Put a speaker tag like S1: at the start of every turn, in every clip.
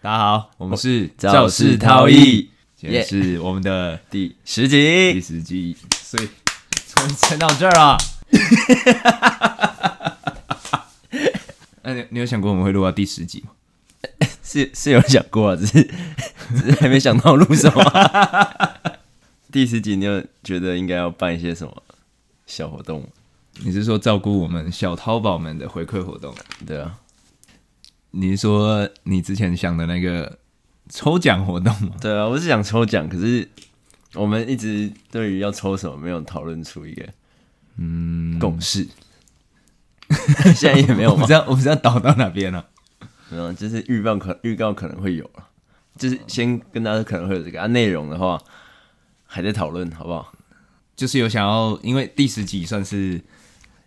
S1: 大家好，我们是
S2: 肇事逃逸，
S1: 今天是我们的
S2: 第
S1: 十
S2: 第
S1: 集，
S2: 十集，
S1: 所以终于撑到这儿啊了。 那你你有想过我们会录到第十集吗？
S2: 是是有想过啊，只是 只是还没想到录什 么啊、第十集你有觉得应该要办一些什么小活动吗？
S1: 你是说照顾我们小淘宝们的回馈活动？
S2: 对啊，
S1: 你是说你之前想的那个抽奖活动吗？
S2: 对啊，我是想抽奖，可是我们一直对于要抽什么没有讨论出一个嗯共 识，现在也没有
S1: 我不
S2: 嘛
S1: 知，道，我不知道导到哪边啊了、
S2: 嗯，就是预告可预告可能会有啊，就是先跟大家可能会有这个啊，内容的话还在讨论，好不好？
S1: 就是有想要，因为第十集算是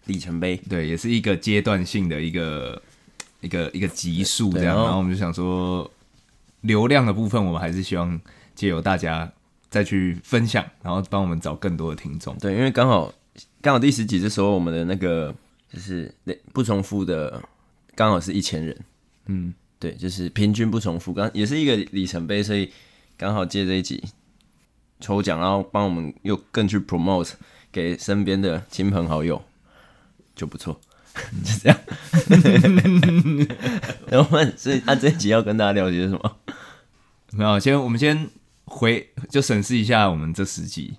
S2: 里程碑，
S1: 对，也是一个阶段性的一个一个一个级数这
S2: 对哦
S1: 样。
S2: 然后
S1: 然后我们就想说，流量的部分，我们还是希望借由大家再去分享，然后帮我们找更多的听众。
S2: 对，因为刚好刚好第十集的时候，我们的那个就是累不重复的，刚好是一千人，
S1: 嗯，
S2: 对，就是平均不重复，刚也是一个里程碑，所以刚好借这一集抽奖，然后帮我们又更去 promote 给身边的亲朋好友，就不错， 就这样。 然后我们所以啊，这一集要跟大家聊些什么？
S1: 没有，先我们先回就审视一下我们这十集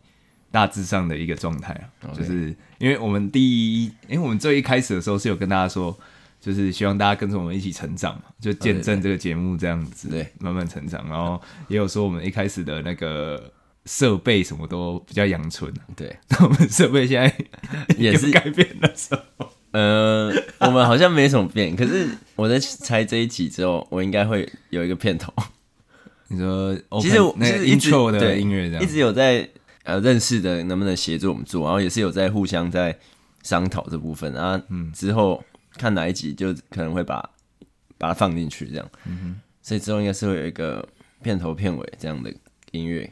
S1: 大致上的一个状态啊
S2: OK
S1: 就是因为我们第一，因为我们最一开始的时候是有跟大家说，就是希望大家跟着我们一起成长嘛，就见证这个节目这样子，
S2: 对对
S1: 慢慢成长。然后也有说我们一开始的那个设备什么都比较阳春、啊，
S2: 对，
S1: 那我们设备现在
S2: 也是
S1: 有改变了什么？
S2: 呃，我们好像没什么变，可是我在猜这一集之后，我应该会有一个片头。
S1: 你说 open,
S2: 其实我
S1: 那
S2: 其
S1: 个
S2: 实一直
S1: intro 的
S2: 对
S1: 音乐这样
S2: 一直有在呃认识的能不能协助我们做，然后也是有在互相在商讨这部分啊。
S1: 嗯
S2: 之后看哪一集就可能会把把它放进去这样。
S1: 嗯
S2: 所以之后应该是会有一个片头片尾这样的音乐。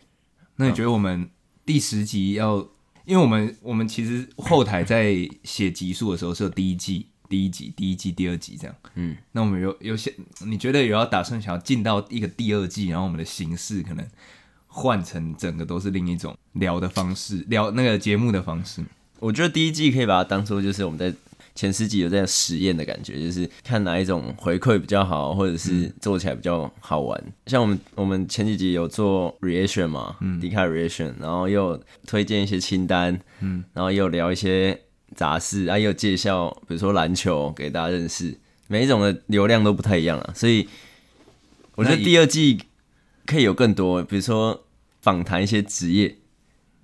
S1: 那你觉得我们第十集要？因为我们我们其实后台在写集数的时候是有第一季、第一集、第一季、第二集这样。
S2: 嗯，
S1: 那我们有有些你觉得有要打算想要进到一个第二季，然后我们的形式可能换成整个都是另一种聊的方式，聊那个节目的方式。
S2: 我觉得第一季可以把它当做就是我们在前十集有在实验的感觉，就是看哪一种回馈比较好，或者是做起来比较好玩。像我们我们前几集有做 reaction 嘛，嗯，迪卡 reaction，然后又推荐一些清单，嗯，然后又聊一些杂事，啊，又介绍比如说篮球给大家认识，每一种的流量都不太一样啊，所以我觉得
S1: 那以
S2: 第二季可以有更多，比如说访谈一些职业，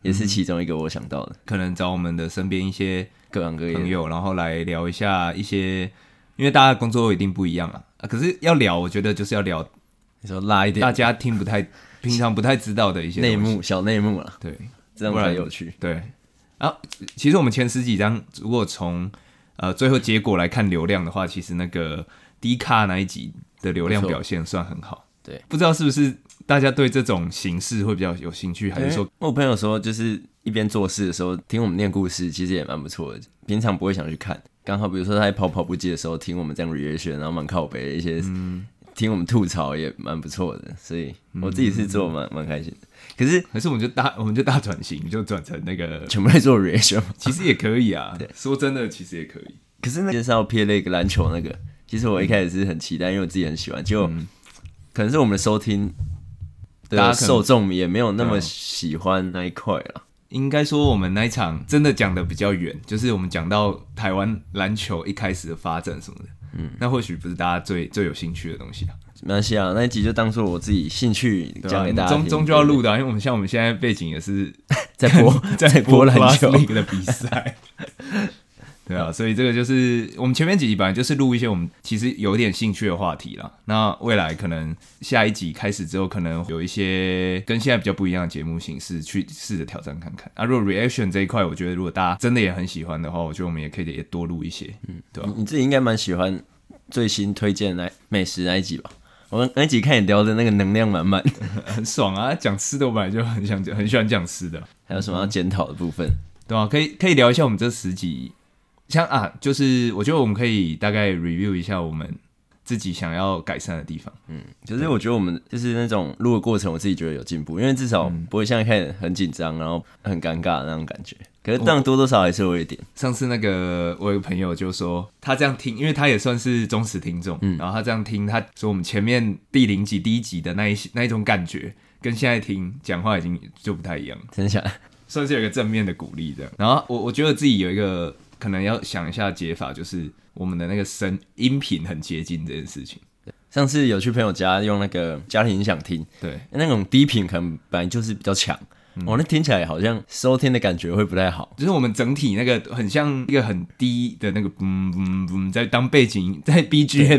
S2: 也是其中一个我想到的，
S1: 可能找我们的身边一些
S2: 各行各业的
S1: 朋友，然后来聊一下一些，因为大家的工作一定不一样啊。啊可是要聊，我觉得就是要聊
S2: 你说拉一
S1: 大
S2: 点
S1: 家听不太、平常不太知道的一些
S2: 内
S1: 东西，
S2: 幕、小内幕啦，
S1: 对。
S2: 这样
S1: 不然
S2: 才有趣。
S1: 对啊，其实我们前十几张，如果从呃最后结果来看流量的话，其实那个低卡那一集的流量
S2: 不错
S1: 表现算很好。
S2: 对，
S1: 不知道是不是大家对这种形式会比较有兴趣，还是说
S2: 因为我朋友说，就是一边做事的时候听我们念故事，其实也蛮不错的。平常不会想去看，刚好比如说他在跑跑步机的时候听我们这样 reaction，然后蛮靠北的一些，
S1: 嗯
S2: 听我们吐槽也蛮不错的。所以我自己是做蛮蛮开心的。可是
S1: 还是我们就大我们就大转型，就转成 那个，
S2: 全部在做 reaction，嘛
S1: 其实也可以啊。说真的，其实也可以。
S2: 可是那介绍 P 那个篮球那个，其实我一开始是很期待，因为我自己很喜欢，结果可能是我们的收听
S1: 嗯大
S2: 的
S1: 家可能
S2: 受众也没有那
S1: 对
S2: 么
S1: 啊
S2: 喜欢那一块了。
S1: 应该说，我们那一场真的讲的比较远，就是我们讲到台湾篮球一开始的发展什么的，嗯，那或许不是大家最最有兴趣的东西啊。
S2: 没关系啊，那一集就当做我自己兴趣
S1: 对
S2: 讲
S1: 啊
S2: 给大家听。
S1: 终终究要 录的啊、因为我们像我们现在背景也是
S2: 再 播再播篮
S1: Plus
S2: 球，
S1: League 的比赛，对啊，所以这个就是我们前面几集本来就是录一些我们其实有点兴趣的话题啦。那未来可能下一集开始之后，可能有一些跟现在比较不一样的节目形式去试着挑战看看。啊，如果 reaction 这一块，我觉得如果大家真的也很喜欢的话，我觉得我们也可以也多录一些，嗯，对吧、
S2: 你自己应该蛮喜欢最新推荐的那美食那一集吧？我们那一集看你聊的那个能量满 满，
S1: 很爽啊！讲吃的我本来就很想很喜欢讲吃的，
S2: 还有什么要检讨的部分？
S1: 对啊，可以可以聊一下我们这十集，像啊，就是我觉得我们可以大概 review 一下我们自己想要改善的地方。嗯，
S2: 就是我觉得我们就是那种录的过程，我自己觉得有进步，因为至少
S1: 嗯
S2: 不会像开始很紧张，然后很尴尬的那种感觉。可是这样多多少少还是有一点。
S1: 上次那个我有个朋友就说，他这样听，因为他也算是忠实听众，然后他这样听，他说我们前面第零集、第一集的那一些那一种感觉，跟现在听讲话已经就不太一样了，
S2: 真的假的？
S1: 算是有一个正面的鼓励这样。然后我我觉得自己有一个可能要想一下解法，就是我们的那个声音频很接近这件事情。
S2: 上次有去朋友家用那个家庭音响听，
S1: 对，
S2: 那种低频可能本来就是比较强，
S1: 嗯
S2: 哦，那听起来好像收听的感觉会不太好。
S1: 就是我们整体那个很像一个很低的那个嗯嗯嗯，在当背景 在BGM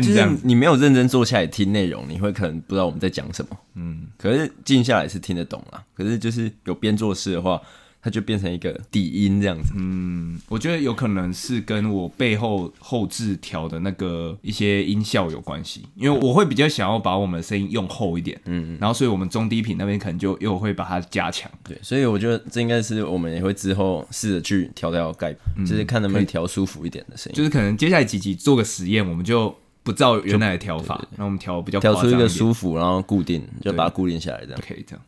S2: 就
S1: 这
S2: 是
S1: 样子。
S2: 你没有认真坐下来听内容，你会可能不知道我们在讲什么。嗯，可是静下来是听得懂啦。可是就是有边做事的话，它就变成一个底音这样子。
S1: 嗯我觉得有可能是跟我背后后置调的那个一些音效有关系，因为我会比较想要把我们的声音用厚一点，嗯，然后所以我们中低频那边可能就又会把它加强。
S2: 对，所以我觉得这应该是我们也会之后试着去调调盖，就是看能不能调舒服一点的声音，
S1: 嗯就是可能接下来几集做个实验，我们就不照原来的调法，那我们调比较
S2: 调出一个
S1: 书
S2: 舒服，然后固定，就把它固定下来这样。
S1: ，OK，这样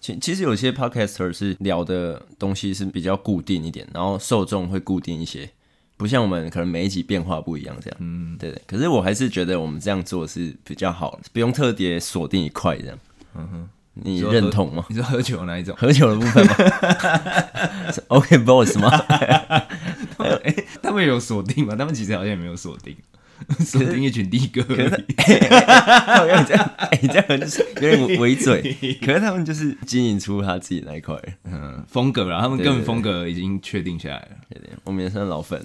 S2: 其其实有些 podcaster 是聊的东西是比较固定一点，然后受众会固定一些，不像我们可能每一集变化不一样这样。嗯，对对。可是我还是觉得我们这样做是比较好，不用特别锁定一块这样。嗯哼，你
S1: 说
S2: 认同吗？
S1: 你说喝酒哪一种？
S2: 喝酒的部分吗 是？OK boss 吗？
S1: 哎、 他们有锁定吗？他们其实好像也没有锁定，锁定一群的哥而已。
S2: 好像这样， 哎、这样就是有点微嘴。 可是他们就是经营出他自己那一块，
S1: 嗯，风格啦，他们
S2: 对
S1: 个人
S2: 对
S1: 风格已经确定下来了。
S2: 有点。我们也算老粉，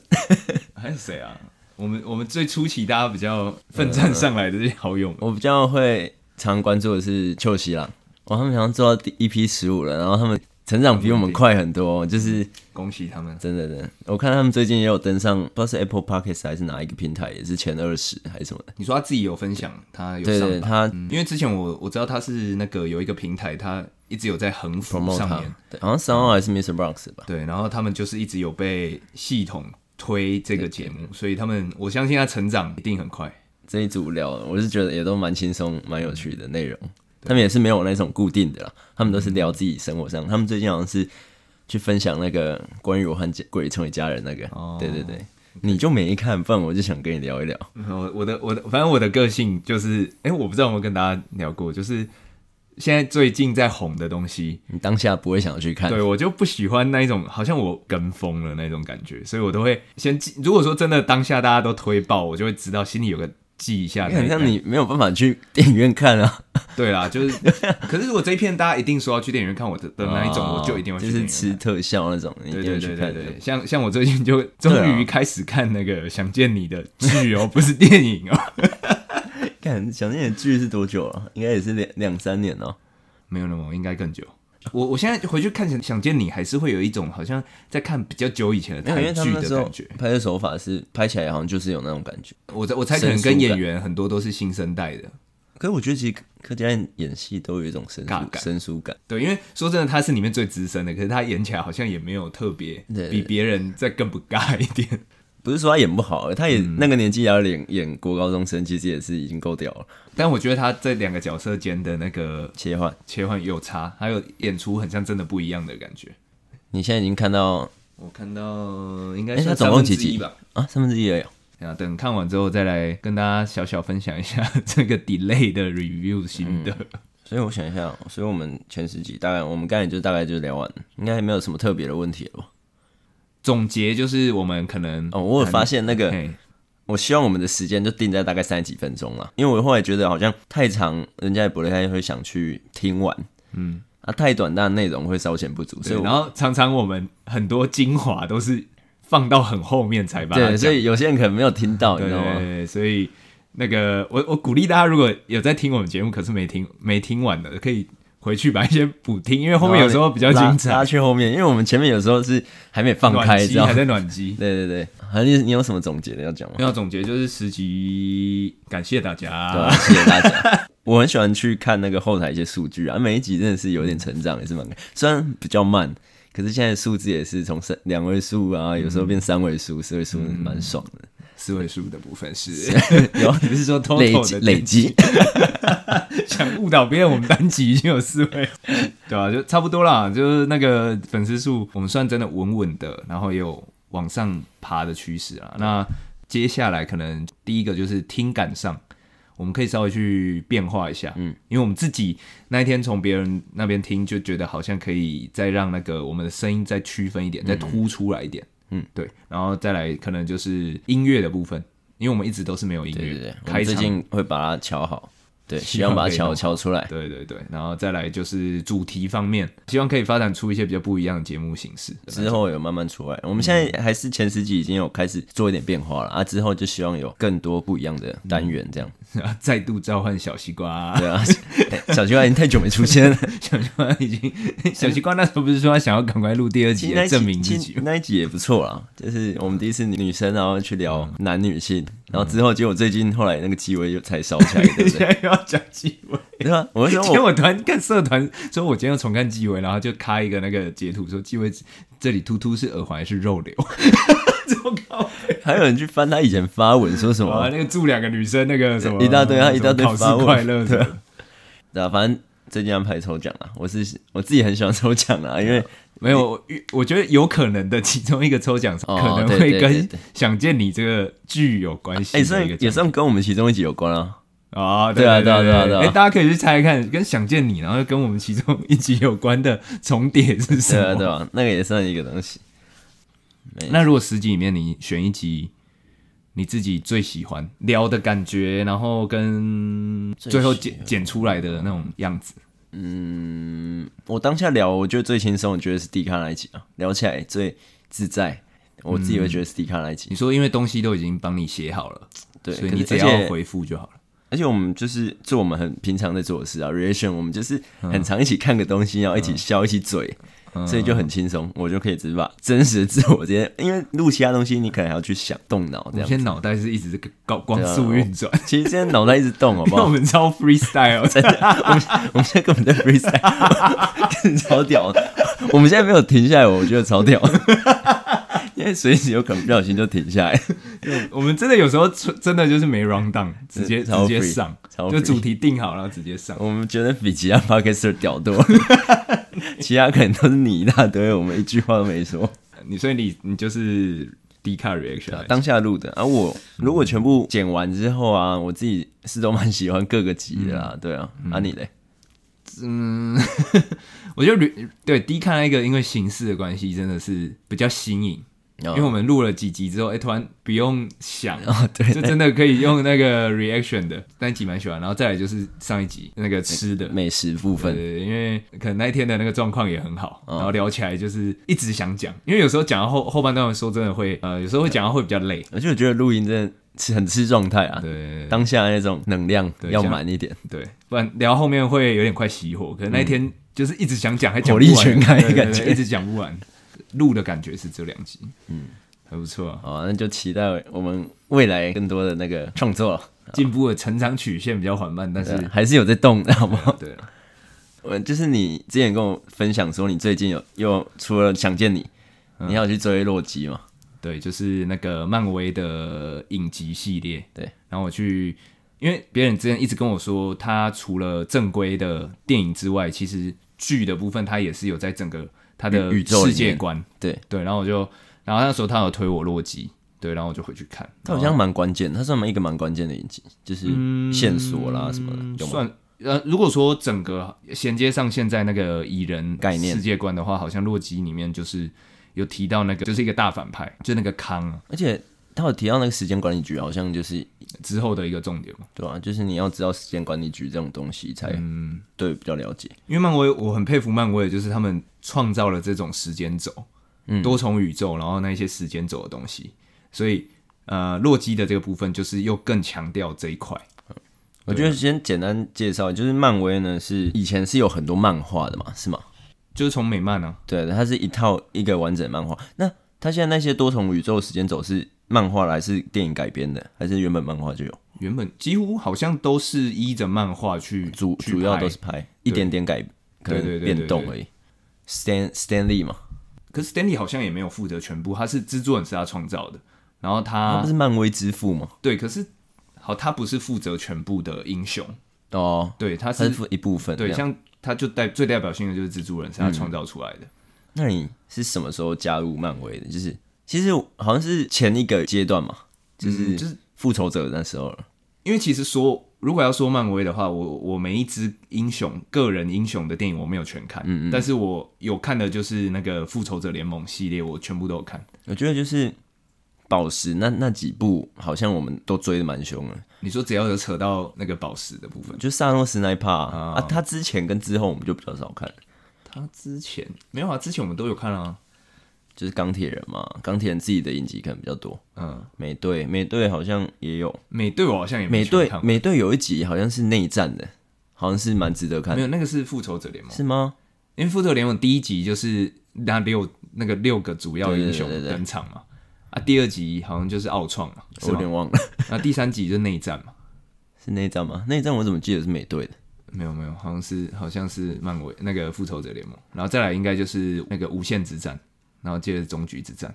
S1: 还有谁啊？我们我们最初期大家比较奋战上来的这些好友们，
S2: 我比较会常关注的是邱西朗，哇，哦他们好像做到第一批十五了，然后他们成长比我们快很多，就是
S1: 恭喜他们！
S2: 真的真的。我看他们最近也有登上，不知道是 Apple Podcast 还是哪一个平台，也是前二十还是什么的。
S1: 你说他自己有分享，他有
S2: 对
S1: 上
S2: 对，
S1: 榜，
S2: 他
S1: 嗯因为之前我我知道他是那个有一个平台，他一直有在横幅
S2: promote
S1: 上
S2: 他
S1: 面，，
S2: 对，好像 s o u n 还是 Mr. Box 吧。
S1: 对，然后他们就是一直有被系统推这个节目，所以他们我相信他成长一定很快。
S2: 这一组聊，我是觉得也都蛮轻松、蛮有趣的内容。他们也是没有那种固定的啦，他们都是聊自己生活上。他们最近好像是去分享那个关于我和家鬼成为家人那个，
S1: 哦
S2: 对对对，你就没看，不然我就想跟你聊一聊。
S1: 嗯我我的我的，反正我的个性就是，哎、我不知道有没有跟大家聊过，就是现在最近在红的东西，
S2: 你当下不会想要去看，
S1: 对我就不喜欢那一种好像我跟风了那种感觉，所以我都会先记。如果说真的当下大家都推爆，我就会知道心里有个记一下
S2: 因
S1: 那
S2: 为
S1: 一
S2: 很
S1: 片。
S2: 像你没有办法去电影院看 啊。
S1: 对啦，就是。可是如果这一片大家一定说要去电影院看我的的那一种，我就一定会
S2: 哦
S1: 去
S2: 就
S1: 电影
S2: 是
S1: 院
S2: 吃
S1: 看。
S2: 特效那种，你一定
S1: 对对
S2: 会
S1: 对
S2: 去
S1: 对
S2: 看。
S1: 对，像像我最近就终
S2: 啊
S1: 于开始看那个《想见你》的剧哦，不是电影哦，
S2: 看《想念的剧》是多久啊？应该也是两两三年哦、
S1: 没有那么应该更久。我我现在回去看《想想见你》，还是会有一种好像在看比较久以前的
S2: 没有，
S1: 台
S2: 因为他
S1: 剧
S2: 们那时
S1: 的
S2: 候
S1: 感觉。
S2: 拍的手法是拍起来好像就是有那种感觉。
S1: 我在我猜可能
S2: 生
S1: 跟
S2: 疏
S1: 演
S2: 感
S1: 员很多都是新生代的，
S2: 可是我觉得其实柯佳嬿演戏都有一种生
S1: 尬
S2: 疏
S1: 感
S2: 生疏感，
S1: 对，因为说真的，他是里面最资深的，可是他演起来好像也没有特别
S2: 对对
S1: 比别人再更不尬一点。
S2: 不是说她演不好，她也、
S1: 嗯
S2: 那个年纪也要演演国高中生，其实也是已经够屌了。
S1: 但我觉得他在两个角色间的那个
S2: 切换，
S1: 切换有差，还有演出很像真的不一样的感觉。
S2: 你现在已经看到
S1: 我看到应该
S2: 哎他
S1: 是
S2: 总
S1: 三
S2: 共
S1: 分
S2: 几
S1: 之
S2: 集
S1: 一吧。
S2: 啊三分之一而已哦。
S1: 等一下等看完之后再来跟大家小小分享一下 这个 delay 的 review 心得。
S2: 所以我想一下哦，所以我们前十集大概我们刚才就大概就聊完了，应该也没有什么特别的问题了吧？
S1: 总结就是我们可能
S2: 哦，我有发现那个
S1: 嘿
S2: 我希望我们的时间就定在大概三十几分钟啦，因为我后来觉得好像太长，人家也不太会想去听完。嗯，啊，太短，但内容会稍显不足，所以
S1: 对，
S2: 我
S1: 然后常常我们很多精华都是放到很后面才把它
S2: 对，
S1: 讲
S2: 所以有些人可能没有听到，你
S1: 对
S2: 知道吗？
S1: 所以那个我我鼓励大家，如果有在听我们节目，可是没听没听完的，可以回去把一些补听，因为后面有时候比较精
S2: 拉拉
S1: 彩。
S2: 去后面，因为我们前面有时候是还没放
S1: 暖
S2: 开，知
S1: 机
S2: 道
S1: 还
S2: 吗？
S1: 在暖机。
S2: 对对对，还是你有什么总结的要讲吗？
S1: 要总结就是十集，感谢大
S2: 对
S1: 家
S2: 啊，。谢谢大家。我很喜欢去看那个后台一些数据啊，每一集真的是有点成长，也是蛮虽然比较慢，
S1: 嗯
S2: 可是现在数字也是从三两位数啊，有时候变三位数、四位数，蛮爽的。
S1: 思维数的部分是，
S2: 有
S1: 你 是说
S2: 累
S1: total
S2: 积
S1: 的
S2: 累积，
S1: 想误导别人，我们单集已经有四位， 对啊，就差不多啦，就是那个粉丝数，我们算真的稳稳的，然后也有往上爬的趋势啊。那接下来可能第一个就是听感上，我们可以稍微去变化一下，嗯，因为我们自己那一天从别人那边听，就觉得好像可以再让那个我们的声音再区分一点，再突出来一点，
S2: 嗯，
S1: 对，然后再来可能就是音乐的部分。因为我们一直都是没有音乐，
S2: 对对对，我
S1: 开
S2: 们最
S1: 场
S2: 近会把它敲好，对，
S1: 希
S2: 希望
S1: 望
S2: 把它
S1: 可以弄
S2: 敲
S1: 好
S2: 敲出来。
S1: 对对对，然后再来就是主题方面，希望可以发展出一些比较不一样的节目形式。
S2: 之后有慢慢出来，我们现在还是前十集已经有开始做一点变化了啊，之后就希望有更多不一样的单元这样。
S1: 再度召唤小西瓜，
S2: 对啊，小青蛙已经太久没出现了，
S1: 小西瓜已经， 小西瓜那时候不是说他想要赶快录第 二
S2: 其
S1: 集
S2: 实那
S1: 来
S2: 一集
S1: 证明自
S2: 其
S1: 己
S2: 实
S1: 吗？
S2: 那一集也不错啦，就是我们第一次女生然后去聊男女性，然后之后结果最近后来那个机会又才烧起来， 对不
S1: 现
S2: 对？
S1: 在又要讲纪委，
S2: 对啊，我就
S1: 今
S2: 说
S1: 天
S2: 我
S1: 我突然跟社团说，我今天要重看纪委，然后就开一个那个截图说纪委这里突突是耳环还是肉瘤， 糟糕！
S2: 还有人去翻他以前发文说什
S1: 哇，
S2: 么，
S1: 那个住两个女生那个什么
S2: 哦一大堆啊
S1: 什么
S2: 一大堆
S1: 考
S2: 发
S1: 试
S2: 问
S1: 快乐
S2: 对
S1: 的
S2: 啊。对啊，反正最近安排抽奖啊，我是我自己很喜欢抽奖啊，因为
S1: 没有，我我觉得有可能的其中一个抽奖
S2: 哦
S1: 可能
S2: 对
S1: 会
S2: 对对
S1: 跟
S2: 对
S1: 想见你这个剧有关系
S2: 哎，
S1: 的
S2: 算
S1: 一个
S2: 也
S1: 奖
S2: 算跟我们其中一集有关啊。
S1: 啊，
S2: 对啊
S1: 对
S2: 对啊对啊对啊
S1: 哎，大家可以去猜猜看，跟想见你，然后跟我们其中一集有关的重叠是什
S2: 对
S1: 么？
S2: 啊，对啊，那个也算一个东西。
S1: 那如果十集里面你选一集你自己最喜欢聊的感觉，然后跟
S2: 最
S1: 最后
S2: 喜
S1: 剪剪出来的那种样子，
S2: 嗯我当下聊，我觉得最轻松，我觉得是迪卡那一集啊，聊起来最自在。我自己会觉得是迪卡那一集，
S1: 你说因为东西都已经帮你写好了，
S2: 对，
S1: 所以
S2: 可
S1: 你
S2: 是
S1: 只
S2: 而
S1: 要
S2: 且
S1: 回复就好了。
S2: 而且我们就是做我们很平常在做的事啊，reaction，我们就是很常一起看个
S1: 嗯
S2: 东西，然后一起笑，一起嘴，所以就很轻松，我就可以只是把真实的自我直接，因为录其他东西你可能还要去想动脑这
S1: 我
S2: 样
S1: 现。在脑袋是一直这个高光
S2: 对啊
S1: 速
S2: 我
S1: 运转，
S2: 其实现在脑袋一直动，好
S1: 因
S2: 不
S1: 为我
S2: 好？
S1: 们超 freestyle，
S2: 真的，我们我们现在根本在 freestyle，真的超屌的。我们现在没有停下来，我觉得超屌 的，因为随时有可能不小心就停下来。
S1: 我们真的有时候出真的就是没 round down，直接
S2: 嗯超
S1: 直接
S2: free，
S1: 上
S2: 超，
S1: 就
S2: free
S1: 主题定好然后直接上。
S2: 我们觉得比其他 podcaster 屌 多了，其他可能都是你一大堆，我们一句话都没说。
S1: 你所以你你就是低卡 reaction，来
S2: 当下录的啊，
S1: 嗯
S2: 我如果全部剪完之后啊，我自己是都蛮喜欢各个集的
S1: 嗯
S2: 啦，对啊，啊你嘞，
S1: 我觉得 re- 对低卡那个因为形式的关系真的是比较新颖，因
S2: 因
S1: 为我们录了几集之后，哎、突然不用想。
S2: 啊 对
S1: 就真的可以用那个 reaction 的那一集蛮喜欢，然后再来就是上一集那个吃的，
S2: 美食部
S1: 对，
S2: 分，
S1: 对因为可能那一天的那个状况也很好，然后聊起来就是一直想讲，因为有时候讲到后后半段，说真的会呃，有时候会讲到会比较累，
S2: 而且我觉得录音真的是很吃状态啊，
S1: 对对对
S2: 当下那种能量
S1: 对
S2: 要
S1: 像
S2: 满一点，
S1: 对，不然聊后面会有点快熄火。可能那一天就是一直想讲，还讲
S2: 火
S1: 不
S2: 力
S1: 完，
S2: 全开
S1: 对对对
S2: 感觉
S1: 一直讲不完。录的感觉是这两集，嗯，还不错、啊，
S2: 好啊，那就期待我们未来更多的那个创作了，
S1: 进步的成长曲线比较缓慢，但
S2: 对啊
S1: 是
S2: 还是有在动 的，好不好？
S1: 对啊
S2: 我就是你之前跟我分享说，你最近有又除了想见你，
S1: 嗯
S2: 你还有去追洛基
S1: 哦
S2: 嘛？
S1: 对，就是那个漫威的影集系列，
S2: 对，
S1: 然后我去。因为别人之前一直跟我说，他除了正规的电影之外，其实剧的部分他也是有在整个他的
S2: 宇宇宙里
S1: 世界
S2: 面
S1: 观，
S2: 对，
S1: 对。然后我就，然后那时候他有推我洛基，对，然后我就回去看。
S2: 它好像蛮关键，它算蛮一个蛮关键的影集，就是线索啦什么的，有吗？
S1: 算呃，如果说整个衔接上现在那个蚁人
S2: 概念
S1: 世界观的话，好像洛基里面就是有提到那个，就是一个大反派，就那个康啊
S2: 而且他有提到那个时间管理局，好像就是
S1: 之后的一个重点嘛。
S2: 对啊，就是你要知道时间管理局这种东西才
S1: 嗯
S2: 对比较了解。
S1: 因为漫威，我很佩服漫威，就是他们创造了这种时间轴，
S2: 嗯
S1: 多重宇宙，然后那一些时间轴的东西，所以呃，洛基的这个部分就是又更强调这一块。
S2: 我觉得先简单介绍，就是漫威呢是以前是有很多漫画的嘛，是吗？
S1: 就是从美漫啊，
S2: 对，它是一套一个完整漫画。那它现在那些多重宇宙时间轴是漫画来是电影改编的，还是原本漫画就有？
S1: 原本几乎好像都是依着漫画去
S2: 主
S1: 去
S2: 主要
S1: 拍
S2: 都是拍一点点改，可
S1: 对对
S2: 能
S1: 对对
S2: 变动而已。Stan Stanley 嘛，
S1: 可是 Stanley 好像也没有负责全部，他是制作人是他创造的，然后
S2: 他
S1: 他
S2: 不是漫威之父吗？
S1: 对，可是好，他不是负责全部的英雄，
S2: 哦，
S1: 对，他
S2: 他是
S1: 是
S2: 负一部分。
S1: 对，
S2: 这样嗯
S1: 像他就代最代表性的就是蜘蛛人，是他创造出来的。
S2: 那你是什么时候加入漫威的？就是其实我好像是前一个阶段嘛，就是
S1: 嗯就是
S2: 复仇者那时候了。
S1: 因为其实说，如果要说漫威的话，我我每一支英雄个人英雄的电影我没有全看，但是我有看的就是那个复仇者联盟系列，我全部都有看。
S2: 我觉得就是宝石那那几部，好像我们都追的蛮凶的，
S1: 你说只要有扯到那个宝石的部分，
S2: 就萨诺斯那一 part 啊，啊他之前跟之后我们就比较少看，
S1: 他之前没有啊，之前我们都有看啊，
S2: 就是钢铁人嘛，钢铁人自己的影集可能比较多。
S1: 嗯，
S2: 美队，美队好像也有，
S1: 美队我好像也没
S2: 美
S1: 全
S2: 队
S1: 看过，啊
S2: 美队有一集好像是内战的，好像是蛮值得看的，
S1: 没有那个是复仇者联盟，
S2: 是吗？
S1: 因为复仇者联盟第一集就是那六那个六个主要英
S2: 对对
S1: 雄
S2: 对对对
S1: 登场嘛，啊，第二集好像就是奥创嘛，
S2: 我
S1: 是
S2: 有
S1: 吗？
S2: 点忘了，
S1: 那第三集就是内战嘛。
S2: 是内战吗？内战我怎么记得是美队的？
S1: 没有没有，好像是好像是漫威那个复仇者联盟，然后再来应该就是那个无限之战，然后接着终局之战。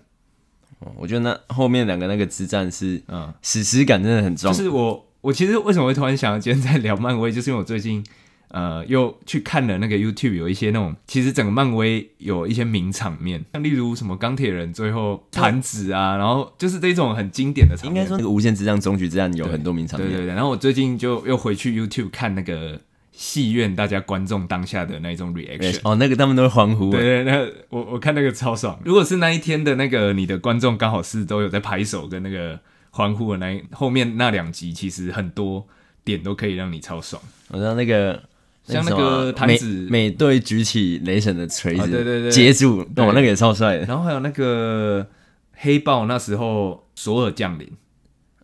S2: 哦我觉得那后面两个那个之战是
S1: 嗯，
S2: 史诗感真的很重，
S1: 就是我我其实为什么会突然想要今天在聊漫威，就是因为我最近呃又去看了那个 YouTube 有一些那种，其实整个漫威有一些名场面，像例如什么钢铁人最后弹指啊，然后就是这种很经典的场
S2: 应
S1: 面
S2: 该。说那个无限之战、终局之战有
S1: 对
S2: 很多名场
S1: 对
S2: 面，
S1: 对对，然后我最近就又回去 YouTube 看那个戏院大家观众当下的那种 reaction，
S2: 哦，那个他们都会欢呼，
S1: 对对，那我我看那个超爽。如果是那一天的那个你的观众刚好是都有在拍手跟那个欢呼的那一后面那两集，其实很多点都可以让你超爽。
S2: 我知道那个。
S1: 像
S2: 什么啊
S1: 那个弹
S2: 美
S1: 指
S2: 美队举起雷神的锤子，
S1: 啊对对对
S2: 接住，
S1: 对
S2: 哦，那个也超帅的。
S1: 然后还有那个黑豹那时候索尔降临，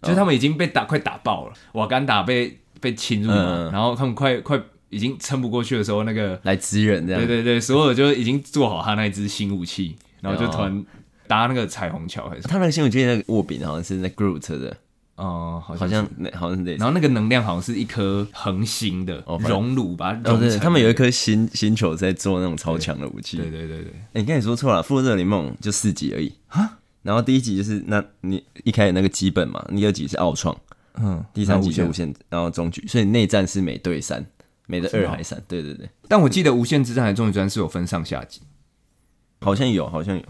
S1: 就是他们已经被打快打爆了，瓦干达被被侵入嘛，
S2: 嗯
S1: 然后他们快快已经撑不过去的时候，那个
S2: 来支援这样
S1: 对，对对，索尔就已经做好他那一支新武器，然后就突然搭那个彩虹桥还是
S2: 他那个新闻记得那个握柄好像是那 Groot 的，
S1: 哦、好
S2: 好
S1: 像
S2: 像那好像是类似
S1: 然后那个能量好像是一颗恒星的
S2: 哦反正
S1: 熔炉，把它
S2: 哦，
S1: 熔
S2: 对，
S1: 成。
S2: 他们有一颗星星球在做那种超强的武器。
S1: 对对对对，
S2: 哎，你刚才说错了，《复仇者联盟》就四集而已
S1: 啊。
S2: 然后第一集就是那你一开始那个基本嘛，第二集是奥创，
S1: 嗯，
S2: 第三集就
S1: 然后
S2: 无
S1: 无限。
S2: 限，然后终局，所以内战是美队三，美队
S1: 真的
S2: 二
S1: 哦
S2: 还三，对对对，
S1: 但我记得《无限之战》还《终于之战》是有分上下集，
S2: 好像有，好像有，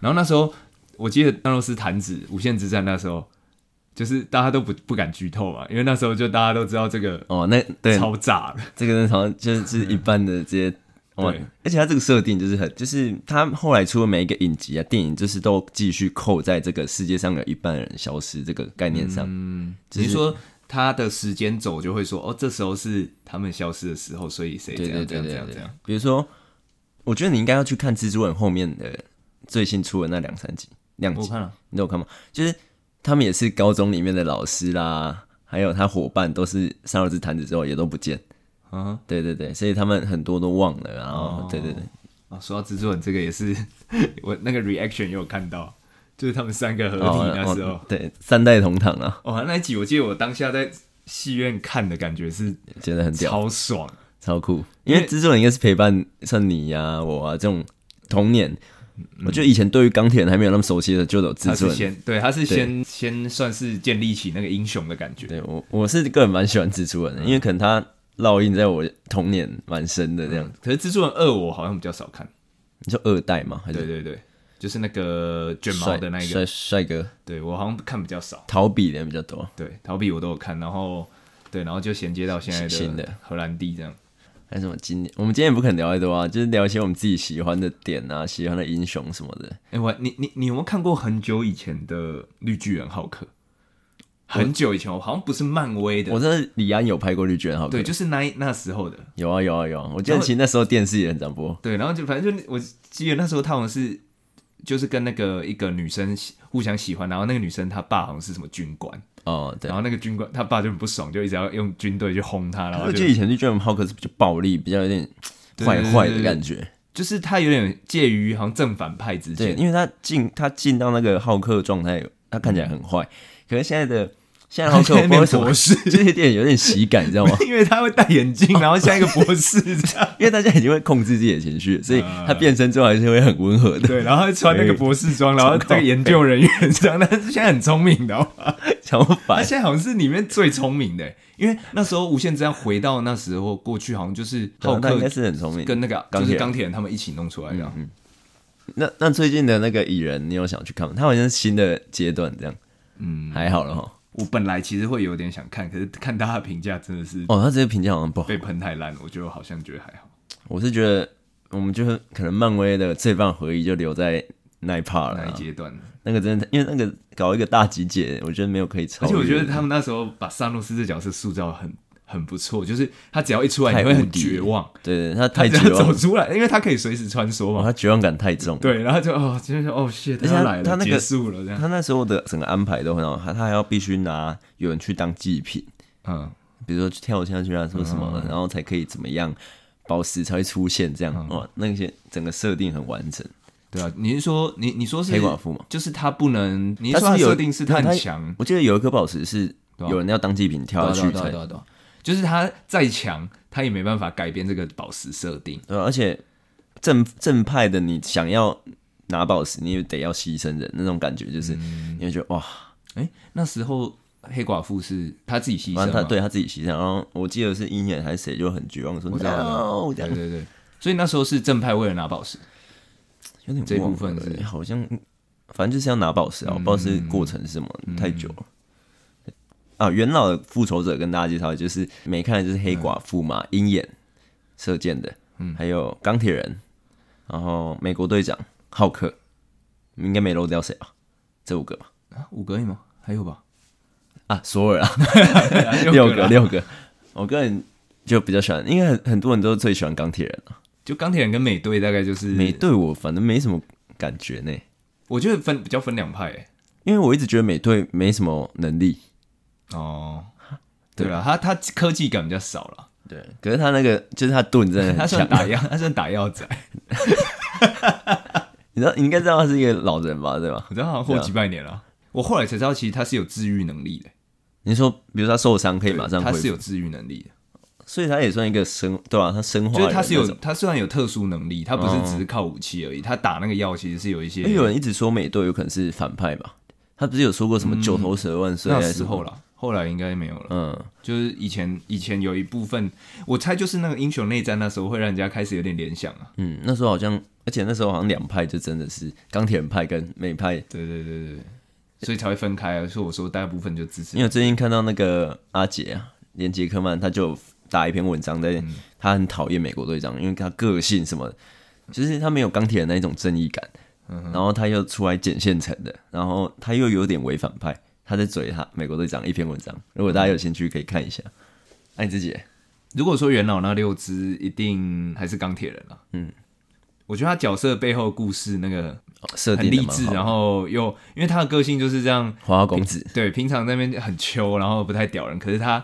S1: 然后那时候我记得当罗斯弹指《无限之战》那时候。就是大家都不不敢剧透嘛，因为那时候就大家都知道这个
S2: 哦，那对，
S1: 超炸了，
S2: 这个好像就是一般的这些。哇
S1: 嗯对！
S2: 而且它这个设定就是很，就是它后来出的每一个影集啊、电影，就是都继续扣在这个世界上的一半人消失这个概念上。
S1: 嗯只是说他的时间轴就会说，哦，这时候是他们消失的时候，所以谁这
S2: 对对
S1: 样这
S2: 对
S1: 样这
S2: 对
S1: 样这
S2: 对
S1: 样。。
S2: 比如说，我觉得你应该要去看蜘蛛人后面的最新出的那两三集，两
S1: 我
S2: 集，
S1: 看了，
S2: 你都有看吗？就是他们也是高中里面的老师啦，还有他伙伴都是上了之坛子之后也都不见。
S1: 嗯，
S2: 对对对，所以他们很多都忘了，然后、
S1: 哦
S2: 对对对，
S1: 啊，说到蜘蛛人这个也是， 我那个 reaction 也有看到，就是他们三个合
S2: 然后
S1: 体那时候，
S2: 哦、对三代同堂啊，
S1: 哦那一集我记得我当下在戏院看的感觉是
S2: 觉得很屌，
S1: 超爽，
S2: 超酷。因为蜘蛛人应该是陪伴像你呀、我啊这种童年。我觉得以前对于钢铁人还没有那么熟悉的时候，就有
S1: 嗯他
S2: 蜘蛛
S1: 是
S2: 人。
S1: 先对，他是先先算是建立起那个英雄的感觉，
S2: 对我，我是个人蛮喜欢蜘蛛
S1: 嗯
S2: 人的，因为可能他烙印在我童年蛮深的这样。
S1: 可是蜘蛛人二我好像比较少看，
S2: 你说二代吗？还
S1: 对
S2: 是
S1: 对对，就是那个卷毛
S2: 帅
S1: 的那一个，
S2: 帅帅哥
S1: 对我好像看比较少，
S2: 陶比的人比较多。
S1: 对，逃避我都有看，然后对，然后就衔接到现在
S2: 新
S1: 的
S2: 的
S1: 荷兰弟这样，
S2: 还有什么今年？我们今天也不可能聊太多啊，就是聊一些我们自己喜欢的点啊，喜欢的英雄什么的。
S1: 哎、我你你你有没有看过很久以前的《绿巨人浩克》？很久以前，我好像不是漫威的，
S2: 我知道李安有拍过绿巨人，好不
S1: 对，就是那一那时候的，
S2: 有啊有啊有啊。我记得其实那时候电视也很常播，
S1: 对，然后就反正就我记得那时候他好像是就是跟那个一个女生喜互相喜欢，然后那个女生她爸好像是什么军官，
S2: 哦对
S1: 然。后那个军官他爸就很不爽，就一直要用军队去轰他，然后
S2: 我
S1: 就
S2: 记得以前绿巨人浩克是比较暴力，比较有点坏坏的感觉。
S1: 就是他有点介于好像正反派之
S2: 对，
S1: 间，
S2: 因为他进他进到那个浩克状态，他看起来很坏。可是现在的现在好可
S1: 现在
S2: 怕，
S1: 变
S2: 为什么
S1: 博士
S2: 就是有点有点喜感，你知道吗？
S1: 因为他会戴眼镜，然后像一个博士这样。
S2: 因为大家已经会控制自己的情绪，所以
S1: 啊
S2: 他变身之后还是会很温和的。
S1: 对，然后他穿那个博士装，然后这个研究人员这 样，但是现在很聪明的、哦，
S2: 相
S1: 他
S2: 反，
S1: 现在好像是里面最聪明的，欸因为那时候无限之战回到那时候过去，好像就是
S2: 对
S1: 浩
S2: 啊他
S1: 克
S2: 应该是很聪明。
S1: 跟那个
S2: 钢铁
S1: 就是
S2: 人嗯
S1: 钢铁人他们一起弄出来的啊。
S2: 那那最近的那个蚁人，你有想去看吗？他好像是新的阶段这样，嗯，还好了哈。
S1: 我本来其实会有点想看，可是看大家的评价真的是
S2: 哦，他这个评价好像不好。
S1: 被喷太烂了，我就好像觉得还好。
S2: 我是觉得我们就是可能漫威的最棒回忆就留在那一 part 了
S1: 那一
S2: 啊。
S1: 阶段，
S2: 那个真的，因为那个搞一个大集结，我觉得没有可以超
S1: 而
S2: 越
S1: 且
S2: 的。
S1: 我觉得他们那时候把萨诺斯这角色塑造得很很不错，就是他只要一出来，
S2: 太
S1: 你会
S2: 无
S1: 很
S2: 敌
S1: 绝
S2: 了
S1: 望，
S2: 对对，他太
S1: 只
S2: 绝
S1: 要
S2: 望
S1: 走
S2: 了，
S1: 出来，因为他可以随时穿梭
S2: 哇
S1: 嘛。
S2: 他绝望感太重。，
S1: 对，然后就哦，就是哦，shit，
S2: 而且他
S1: 来了，
S2: 他那个
S1: 结束了这样。
S2: 他那时候的整个安排都很好，他他还要必须拿有人去当祭品，
S1: 嗯，
S2: 比如说去跳下去啊，什么什么的，然后才可以怎么样，宝石才会出现这样。
S1: 嗯
S2: 哇，那些整个设定很完整。
S1: 对啊，你是说你你说是
S2: 黑寡妇吗？
S1: 就是他不能，你是
S2: 他
S1: 说他
S2: 不有
S1: 设定是他
S2: 对
S1: 很
S2: 他
S1: 强，
S2: 我记得有一颗宝石是
S1: 对啊
S2: 有人要当祭品
S1: 对
S2: 跳
S1: 啊
S2: 下
S1: 对啊
S2: 去
S1: 对啊
S2: 才
S1: 对啊对啊，就是他再强，他也没办法改变这个宝石设定。
S2: 对啊，而且正正派的你想要拿宝石，你也得要牺牲人，那种感觉就是，
S1: 嗯
S2: 你会觉得哇，
S1: 哎，那时候黑寡妇是他啊自己牺
S2: 反
S1: 牲
S2: 正他
S1: 嘛？
S2: 对他自己牺牲。然后我记得是鹰眼还是谁就很绝望说
S1: 我知道
S2: ，no，这
S1: 对
S2: 样
S1: 对对，所以那时候是正派为了拿宝石，
S2: 有点
S1: 这一
S2: 忘
S1: 部分
S2: 了
S1: 是嗯
S2: 欸好像反正就是要拿宝石啊，我不知道是过程是什么，太久了。啊，元老的复仇者跟大家介绍，就是没看的就是黑寡妇
S1: 嗯
S2: 嘛，鹰眼射箭的，还有钢铁人，然后美国队长、浩克，应该没漏掉谁吧？这五个吧？
S1: 啊五个而已吗？还有吧？
S2: 啊，索尔啊，
S1: 六
S2: 六
S1: 个
S2: 个
S1: 啦
S2: 六个。我个人就比较喜欢，因为很很多人都最喜欢钢铁人啊，
S1: 就钢铁人跟美队大概就是
S2: 美队我反正没什么感觉呢，
S1: 我觉得分比较分两派欸
S2: 因为我一直觉得美队没什么能力，
S1: 哦，对了，他他科技感比较少了，
S2: 对，可是他那个就是他盾真的
S1: 他
S2: 很
S1: 算
S2: 强，啊
S1: 打药，他算打药仔，
S2: 你知道你应该知道他是一个老人吧，对吧？
S1: 我知道好像活几百年了。我后来才知道，其实他是有治愈能力的，
S2: 你说比如说他受伤可以马上
S1: 他
S2: 恢
S1: 是
S2: 复，
S1: 有治愈能力的，
S2: 所以他也算一个生对啊吧、他生化
S1: 就
S2: 人
S1: 是他是
S2: 那
S1: 有
S2: 种哦
S1: 他虽然有特殊能力，他不是只是靠武器而已，他打那个药其实是有一些
S2: 因为有人一直说美队有可能是反派吧，他不是有说过什么九头蛇万岁
S1: 嗯那
S2: 还是
S1: 时
S2: 什
S1: 候
S2: 么？
S1: 了，后来应该没有了。
S2: 嗯，
S1: 就是以前以前有一部分，我猜就是那个英雄内战那时候会让人家开始有点联想啊。
S2: 嗯，那时候好像，而且那时候好像两派就真的是钢铁人派跟美派。
S1: 对对对对，对所以才会分开啊。所以我说大部分就支持
S2: 因为我最近看到那个阿杰啊，连杰克曼，他就有打一篇文章在，
S1: 嗯
S2: 他很讨厌美国队长，因为他个性什么的，就是他没有钢铁人那一种正义感，
S1: 嗯
S2: 然后他又出来捡现成的，然后他又有点伪反派，他在嘴他美国队长一篇文章，如果大家有兴趣可以看一下。哎爱、你自己，哦
S1: 如果说元老那六只一定还是钢铁人啊，嗯，我觉得他角色背后的故事那个
S2: 哦设
S1: 很
S2: 定的
S1: 励
S2: 蛮
S1: 志，啊
S2: 好的。
S1: 然后又因为他的个性就是这样，
S2: 花花公子，
S1: 对，平常那边很秋，然后不太屌人，可是他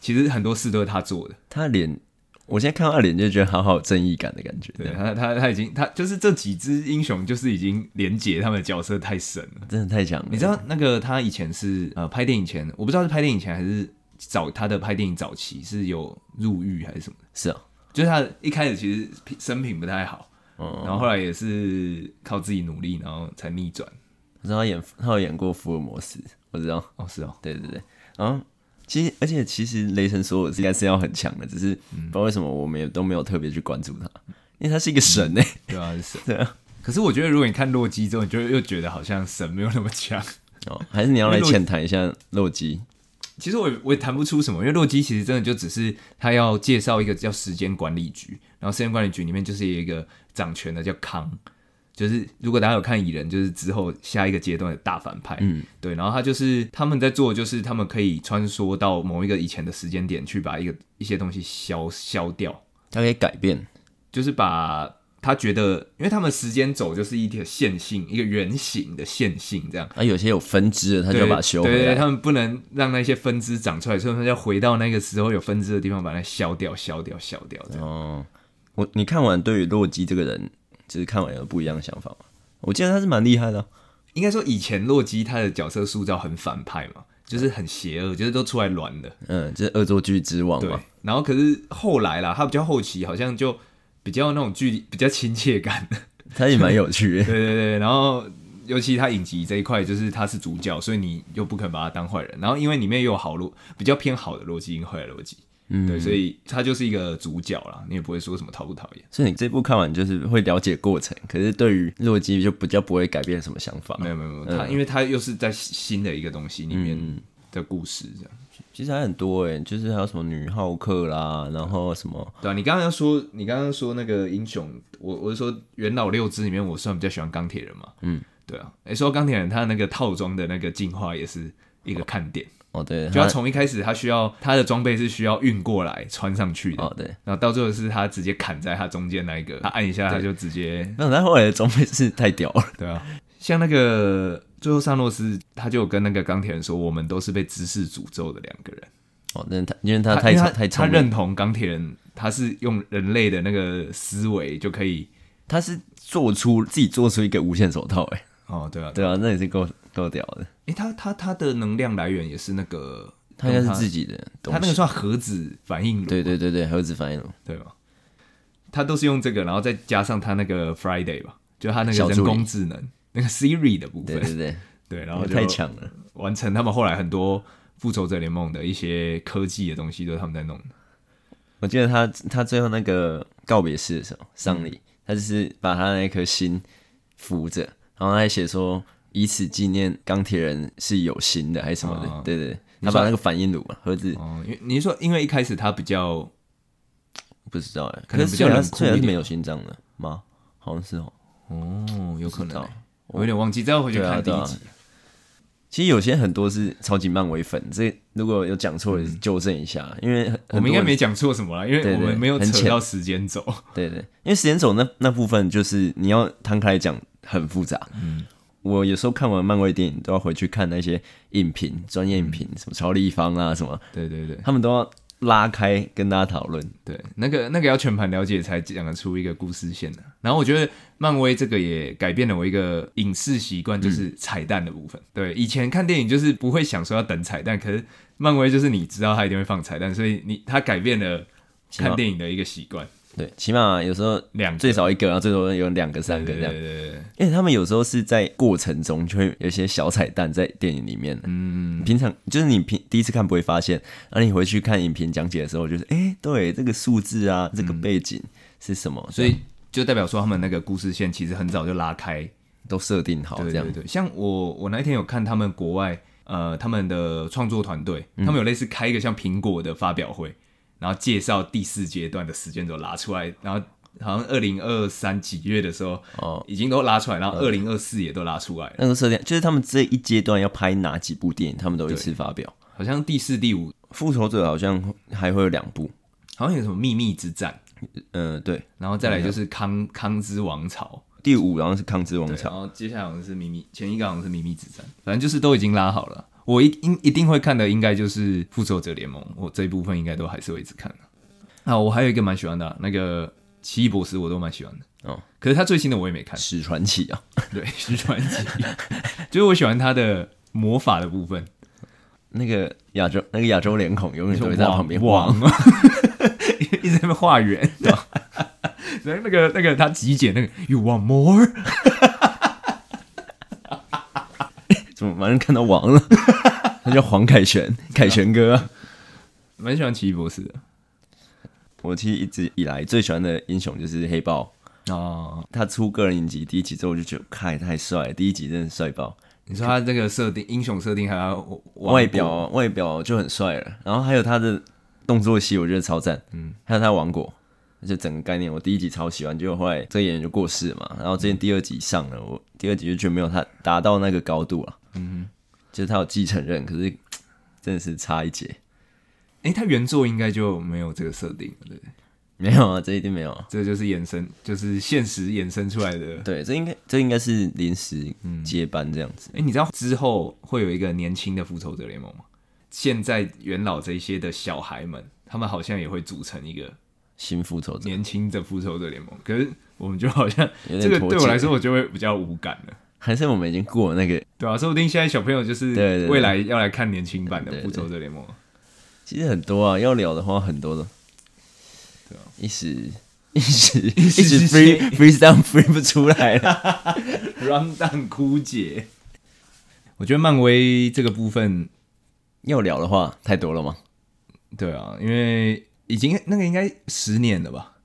S1: 其实很多事都是他做的，
S2: 他脸，我现在看到他脸就觉得好好有正义感的感觉，
S1: 对他他他已经他就是这几只英雄就是已经连结他们的角色太深了。
S2: 真的太强了。
S1: 你知道那个他以前是呃拍电影前，我不知道是拍电影前还是早他的拍电影早期是有入狱还是什么的，
S2: 是啊，
S1: 就是他一开始其实品生平不太好，
S2: 嗯
S1: 然后后来也是靠自己努力，然后才逆转。
S2: 我知道他演他有演过福尔摩斯，我知道。
S1: 哦，是哦，
S2: 对对对，然后其实而且其实雷神索尔是应该是要很强的，只是不
S1: 嗯
S2: 知道为什么我们也都没有特别去关注他，因为他是一个神哎、
S1: 对啊，是神。
S2: 对啊，
S1: 可是我觉得如果你看洛基之后，你就又觉得好像神没有那么强。
S2: 哦，还是你要来浅谈一下洛基，
S1: 其实我也我也谈不出什么，因为洛基其实真的就只是他要介绍一个叫时间管理局，然后时间管理局里面就是有一个掌权的叫康，就是如果大家有看蚁人，就是之后下一个阶段的大反派，嗯，对，然后他就是他们在做，就是他们可以穿梭到某一个以前的时间点去把一个一些东西消消掉，
S2: 他可以改变，
S1: 就是把他觉得，因为他们时间轴就是一条线性，一个圆形的线性这样，
S2: 啊，有些有分支的他就要
S1: 对
S2: 把它修
S1: 对
S2: 回
S1: 对，
S2: 来，
S1: 他们不能让那些分支长出来，所以他们要回到那个时候有分支的地方，把它消掉、消掉、消掉。这样
S2: 哦，我你看完对于洛基这个人，就是看完有不一样的想法吗？我记得他是蛮厉害的啊、
S1: 应该说，以前洛基他的角色塑造很反派嘛，就是很邪恶，就是都出来乱的。
S2: 嗯，这是恶作剧之王
S1: 对
S2: 嘛，，
S1: 然后可是后来啦，他比较后期好像就比较那种距离比较亲切感。
S2: 他也蛮有趣 的。
S1: 对对对，然后尤其他影集这一块，就是他是主角，所以你又不肯把他当坏人。然后因为里面也有好逻比较偏好的逻辑跟坏的逻辑，
S2: 嗯，
S1: 对，所以他就是一个主角啦，你也不会说什么讨不讨厌。
S2: 所以你这部看完就是会了解过程，可是对于洛基就比较不会改变什么想法。
S1: 没有没有没有，他、因为他又是在新的一个东西里
S2: 嗯
S1: 面的故事这样。
S2: 其实还很多哎、就是还有什么女浩克啦，然后什么
S1: 对啊，你刚刚说你刚刚说那个英雄，我我是说元老六支里面，我算比较喜欢钢铁人嘛。嗯，对啊。哎、说到钢铁人，他那个套装的那个进化也是一个看点，
S2: 哦对，
S1: 就他
S2: 他
S1: 从一开始他需要他的装备是需要运过来穿上去的，
S2: 哦对，
S1: 然后到最后是他直接砍在他中间那一个，他按一下他就直接
S2: 那他后来的装备是太屌了，
S1: 对啊，像那个最后萨诺斯他就有跟那个钢铁人说，我们都是被知识诅咒的两个人。
S2: 哦，那他因为他太
S1: 因为
S2: 太
S1: 他
S2: 聪明，
S1: 认同钢铁人，他是用人类的那个思维就可以。
S2: 他是做出自己做出一个无限手套哎、
S1: 哦，对啊，对，
S2: 对啊，那也是够够屌的，
S1: 诶，他他他的能量来源也是那个，
S2: 他应该
S1: 用
S2: 是自己的东
S1: 他那
S2: 西
S1: 个，算核子反应炉，
S2: 对对对对，核子反应炉，
S1: 对吧？他都是用这个，然后再加上他那个 Friday 吧，就他那
S2: 小
S1: 个
S2: 助理
S1: 人工智能那个 Siri 的部
S2: 对
S1: 分，
S2: 对对，
S1: 对，然后就
S2: 太强了，
S1: 完成他们后来很多复仇者联盟的一些科技的东西都是他们在弄的。
S2: 我记得他他最后那个告别式的时候，丧礼，
S1: 嗯
S2: 他就是把他那颗心扶着，然后他还写说以此纪念钢铁人是有心的，还是什么的，
S1: 哦
S2: 对对对，
S1: 你
S2: 他
S1: 说
S2: 把那个反应炉嘛盒子、
S1: 哦，因为你是说，因为一开始他比较
S2: 不知道哎，
S1: 可能
S2: 是
S1: 比
S2: 虽
S1: 较
S2: 然
S1: 冷酷
S2: 虽然
S1: 一
S2: 是
S1: 点
S2: 没有心脏的吗？好像是哦，
S1: 哦，有可能
S2: 道
S1: 欸，我有点忘记，再回去
S2: 对啊
S1: 看第
S2: 对
S1: 一
S2: 啊
S1: 集。
S2: 其实有些很多是超级漫威粉，这如果有讲错，也是纠正一下，因为很
S1: 嗯我们应该
S2: 很多人
S1: 没讲错什么啦，因
S2: 对
S1: 为
S2: 对
S1: 我们没有
S2: 很
S1: 扯
S2: 浅
S1: 到时间轴。
S2: 对对，因为时间轴那那部分就是你要摊开来讲很复杂。嗯，我有时候看完漫威电影都要回去看那些影评、专业影评，什么超立方啊什么，
S1: 对对对
S2: 他们都要拉开跟大家讨论。
S1: 对，那个那个要全盘了解才讲得出一个故事线的、啊然后我觉得漫威这个也改变了我一个影视习惯，
S2: 嗯
S1: 就是彩蛋的部分。对，以前看电影就是不会想说要等彩蛋，可是漫威就是你知道它一定会放彩蛋，所以你它改变了
S2: 码
S1: 看电影的一个习惯。
S2: 对，起码有时候
S1: 两个
S2: 最少一个，然后最多有两个、三个
S1: 对
S2: 这
S1: 对
S2: 样。
S1: 对对，
S2: 因为他们有时候是在过程中就会有一些小彩蛋在电影里面。嗯，平常就是你平第一次看不会发现，然后你回去看影评讲解的时候，就是哎、诶对，这个数字啊，这个背景是什么，
S1: 嗯所以就代表说他们那个故事线其实很早就拉开，
S2: 都设定好
S1: 对
S2: 哦这样
S1: 对。对，像我我那一天有看他们国外呃他们的创作团队，
S2: 嗯
S1: 他们有类似开一个像苹果的发表会，然后介绍第四阶段的时间轴拉出来，然后好像二零二三几月的时候
S2: 哦，
S1: 已经都拉出来，然后二零二四也都拉出来了，
S2: 那个设定就是他们这一阶段要拍哪几部电影，他们都一次发表。
S1: 好像第四第五
S2: 复仇者好像还会有两部，
S1: 好像有什么秘密之战，
S2: 嗯、对，
S1: 然后再来就是康康之王朝。
S2: 第五好像是抗之王
S1: 对
S2: 朝，
S1: 然后接下来好像是秘密，前一个好像是秘密之战，反正就是都已经拉好了。我一应一定会看的，应该就是复仇者联盟，我这一部分应该都还是会一直看的。啊，我还有一个蛮喜欢的啊、那个奇异博士，我都蛮喜欢的。
S2: 哦，
S1: 可是他最新的我也没看，
S2: 史传奇啊，
S1: 对，是传奇， 就是我喜欢他的魔法的部分，
S2: 那个亚洲那个亚洲脸孔永远都会在
S1: 网
S2: 旁边
S1: 网
S2: 晃，，
S1: 一直在那边画圆， 然后那个那个他集结那个 You want more，
S2: 怎么马上看到王了？ 他叫黄凯旋，凯旋哥啊、
S1: 蛮喜欢奇异博士的
S2: 我其实一直以来最喜欢的英雄就是黑豹，
S1: 哦。
S2: 他出个人影集第一集之后，我就觉得，看太帅了，第一集真的帅爆。
S1: 你说他这个设定，英雄设定还要网
S2: 外表外表就很帅了，然后还有他的动作戏，我觉得超赞。嗯，还有他的王国，就整个概念，我第一集超喜欢，结果后来这个演员就过世了嘛，然后之前第二集上了，我第二集就觉得没有他达到那个高度了。嗯，就是他有继承人，可是真的是差一截。
S1: 哎、它原作应该就没有这个设定了，对不对？
S2: 没有啊，这一定没有啊。
S1: 这就是衍生，就是现实衍生出来的。
S2: 对，这应该这应该是临时接班这样子。
S1: 哎、你知道之后会有一个年轻的复仇者联盟吗？现在元老这些的小孩们，他们好像也会组成一个
S2: 新复仇者
S1: 年轻的复仇者联盟。可是我们就好像
S2: 有点
S1: 这个
S2: 脱
S1: 对我
S2: 节
S1: 来说，我就会比较无感了。
S2: 还是我们已经过了那个？
S1: 对啊，说不定现在小朋友就
S2: 对对
S1: 是
S2: 对
S1: 未来要来看年轻版的
S2: 对
S1: 《
S2: 对
S1: 复仇者联盟》。
S2: 其实很多啊，要聊的话很多的。
S1: 对啊，
S2: 一时 一时一
S1: 时
S2: 时
S1: 之
S2: free
S1: 间
S2: free down free 不出来了。
S1: 让蛋枯竭。我觉得漫威这个部分，
S2: 要聊的话太多 了吗？
S1: 对啊，因为已经那个应该十年了吧，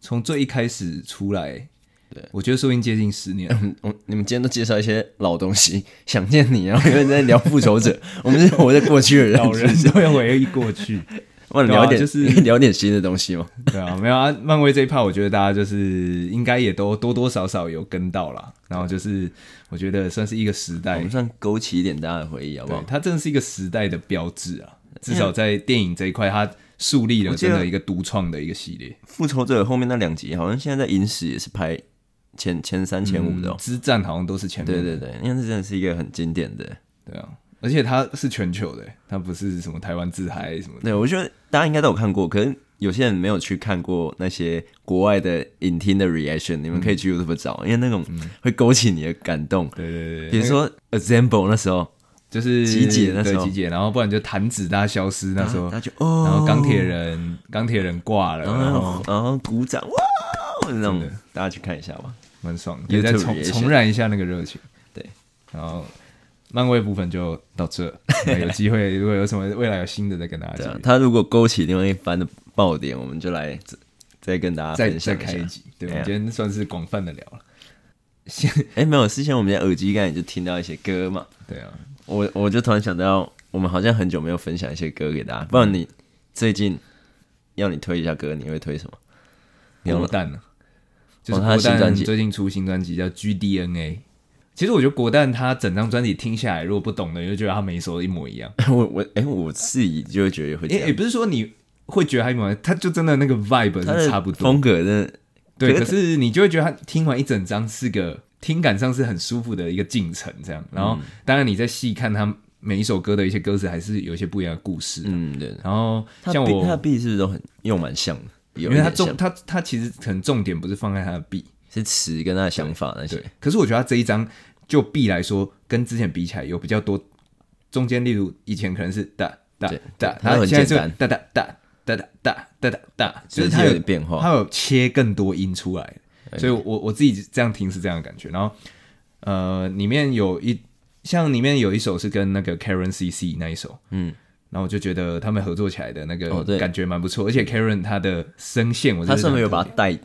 S1: 从最一开始出来，
S2: 对，
S1: 我觉得说不定接近十年。
S2: 嗯，我你们今天都介绍一些老东西，想见你，然后有人在聊复仇 者，我们是活在过去的人，
S1: 老 人
S2: 是不是
S1: 都会回忆过去，
S2: 忘了聊一
S1: 对啊
S2: 点，
S1: 就是
S2: 聊点新的东西吗？
S1: 对啊，没有啊。漫威这一趴，我觉得大家就是应该也都多多少少有跟到啦。然后就是，我觉得算是一个时
S2: 我
S1: 代
S2: 们，算勾起一点大家的回忆，好不
S1: 对
S2: 好，？
S1: 它真的是一个时代的标志啊。至少在电影这一块，它树立了
S2: 我记
S1: 真
S2: 得
S1: 的一个独创的一个系列。
S2: 复仇者后面那两集好像现在在影史也是排前前三前五的、哦
S1: 嗯之战好像都是前面
S2: 对
S1: 的，
S2: 对对，因为这真的是一个很经典的。
S1: 对啊，而且它是全球的，它不是什么台湾自嗨什么的，
S2: 对，我觉得大家应该都有看过，可是有些人没有去看过那些国外的影厅的 reaction，你们可以去 YouTube 找，因为那种会勾起你的感动。
S1: 嗯对哦对对
S2: 比
S1: 对，
S2: 如说 Assemble 那时候，
S1: 就是
S2: 集结那时
S1: 对
S2: 候
S1: 集结，然后不然就弹指大消失那时候，
S2: 他就哦，
S1: 然后钢铁，人钢铁人挂了，然
S2: 然
S1: 后
S2: 后然后鼓掌哇，哦那种大家去看一下吧。
S1: 蛮爽的，
S2: YouTube
S1: 也再重
S2: reaction
S1: 重燃一下那个热情，
S2: 对，
S1: 然后。漫威部分就 到这，那有机会如果有什么未来有新的再跟大家
S2: 对啊
S1: 讲，，
S2: 他如果勾起另外一番的爆点，我们就来再再跟大家
S1: 再
S2: 分
S1: 再
S2: 享一
S1: 开
S2: 下
S1: 一。集。对，我
S2: 对啊
S1: 们今天算是广泛的聊了。
S2: 哎、没有，之前我们在耳机盖就听到一些歌嘛，
S1: 对啊，
S2: 我我就突然想到，我们好像很久没有分享一些歌给大家，不然
S1: 嗯
S2: 你最近要你推一下歌，你会推什么？聊
S1: 国
S2: 了哦
S1: 蛋呢、啊就是
S2: 他的
S1: 国
S2: 新专
S1: 蛋
S2: 辑
S1: 最近出新专辑叫 GDNA。其实我觉得国蛋他整张专辑听下来，如果不懂的，你就觉得他每一首都一模一样。
S2: 我 我哎、我自己就会觉得会这
S1: 也、也
S2: 样，
S1: 不是说你会觉得他一模一样，他就真的那个 vibe
S2: 他
S1: 是
S2: 的
S1: 差不多。
S2: 风格真的
S1: 对，
S2: 可
S1: 可
S2: 是
S1: 是你就会觉得他听完一整张是个听感上是很舒服的一个进程，这
S2: 嗯
S1: 样。然后当然你在细看他每一首歌的一些歌词，还是有一些不一样的故事。
S2: 嗯对，
S1: 然后
S2: 他
S1: 像
S2: 的
S1: 我
S2: 他的 B 是不是都很又蛮像的？有
S1: 因
S2: 一
S1: 为他
S2: 点
S1: 重
S2: 像，
S1: 他他其实可能重点不是放在他的 B，
S2: 是词跟他的想法那些
S1: 对，，可是我觉得他这一张就 B 来说，跟之前比起来有比较多中间，例如以前可能是哒哒
S2: 对
S1: 哒，
S2: 它很
S1: 现在
S2: 简
S1: 是
S2: 单
S1: 哒哒哒哒哒哒哒哒哒，
S2: 所
S1: 就
S2: 以
S1: 是
S2: 是
S1: 它
S2: 有
S1: 有
S2: 点变化
S1: 它有切更多音出来，
S2: 哎
S1: 所以我我我自己这样听是这样的感觉。然后呃，里面有一像里面有一首是跟那个 Karen CC 那一首，
S2: 嗯，
S1: 然后我就觉得他们合作起来的那
S2: 哦
S1: 个
S2: 对
S1: 感觉蛮不错，而且 Karen 她的声线，我
S2: 他
S1: 真的
S2: 上面有
S1: 很特
S2: 把
S1: 别
S2: 它带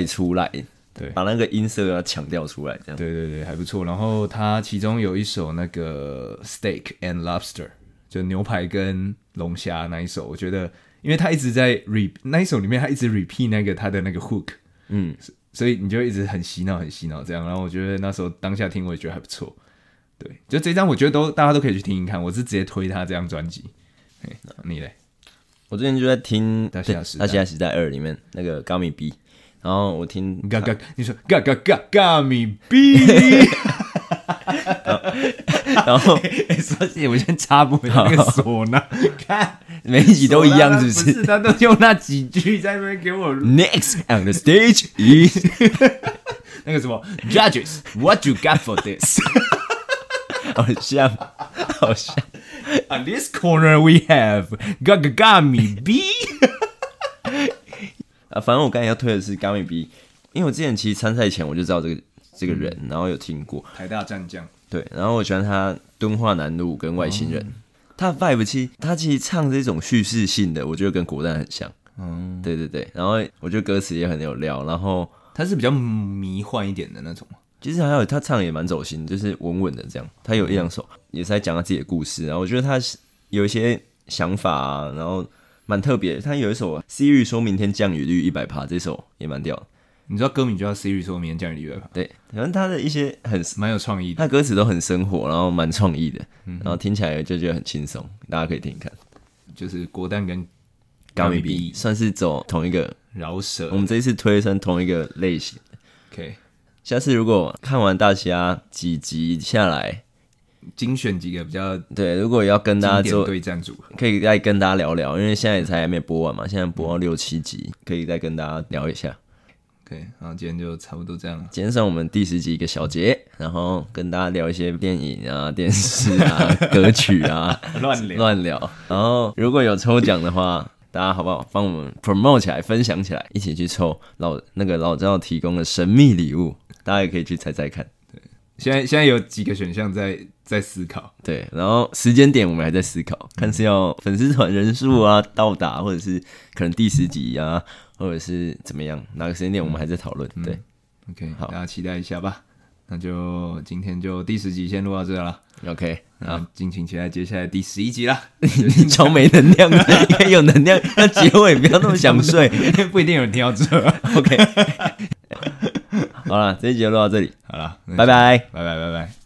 S2: 带出来，
S1: 对
S2: 把那个音色要强调出来，这样。
S1: 对对对，还不错。然后它其中有一首那个 Steak and Lobster，就牛排跟龙虾那一首，我觉得，因为他一直在 re 那一首里面，他一直 repeat 那个他的那个 hook，
S2: 嗯，
S1: 所以你就一直很洗脑，很洗脑这样。然后我觉得那时候当下听，我也觉得还不错。对，就这张我觉得都大家都可以去听一看，我是直接推他这张专辑。嘿你嘞？
S2: 我最近就在听《
S1: 大西
S2: 对
S1: 亚时代
S2: 大西亚时代二》里面那个 Gummy B，然后我听
S1: 嘎 嘎，你说嘎嘎嘎嘎 米币。
S2: 然后
S1: 欸所以我先插播那个唢 呐，看
S2: 每一集都一样，是不是
S1: 唢呐不是，他都用那几句在那边给我
S2: ？Next on the stage is
S1: 那个什么 judges what you got for this
S2: 好像好像
S1: on this corner we have gagami b
S2: 啊，反正我刚才要推的是 Gummy B，因为我之前其实参赛前我就知道这个这个人，然后有听过，
S1: 台大战将，
S2: 对，然后我喜欢他敦化南路跟外星人，他的 vibe 其实他其实唱这种叙事性的，我觉得跟国蛋很像，
S1: 嗯，
S2: 对对对，然后我觉得歌词也很有料，然后
S1: 他是比较迷幻一点的那种，
S2: 其实还有他唱也蛮走心，就是稳稳的这样。他有一两首也是在讲他自己的故事，啊然后我觉得他是有一些想法啊，然后蛮特别的。他有一首《Siri 说明天降雨率一百趴》这首也蛮屌的，
S1: 你知道歌名就叫 Siri 说明天降雨礼拜吧，
S2: 对，反正他的一些很
S1: 蛮有创意的。
S2: 他歌词都很生活，然后蛮创意的，然后听起来就觉得很轻松，大家可以听听看。
S1: 就是国蛋跟
S2: Gummy B
S1: Gummy
S2: 嗯
S1: B
S2: 算是走同一个，
S1: 饶舌
S2: 我们这一次推算同一个类型。
S1: ，OK，
S2: 下次如果看完大家几集下来，
S1: 精选几个比较
S2: 对，如果要跟大家
S1: 经典
S2: 做
S1: 对战组合，
S2: 可以再跟大家聊聊，因为现在也才还没播完嘛，现在播到六七集，可以再跟大家聊一下。
S1: ，OK，然后今天就差不多这样了，
S2: 今天算我们第十集一个小节，然后跟大家聊一些电影啊、电视啊、歌曲啊，
S1: 乱聊。
S2: 乱聊。然后如果有抽奖的话，大家好不好帮我们 promote 起来、分享起来，一起去抽老那个老赵提供的神秘礼物，大家也可以去猜猜看。
S1: 现在现在有几个选项在在思考，
S2: 对，然后时间点我们还在思考，看是要粉丝团人数啊到达，或者是可能第十集啊，或者是怎么样，哪个时间点我们还在讨论。对，
S1: OK，
S2: 好
S1: 大家期待一下吧。那就今天就第十集先录到这了，
S2: OK，
S1: 然后敬请期待接下来第十一集啦。
S2: 你超没能量 的，应该有能量，那结尾不要那么想睡。
S1: 不一定有人听到这，
S2: OK，好了，这一集就录到这里，
S1: 好了，那
S2: 拜拜。
S1: 拜拜拜拜。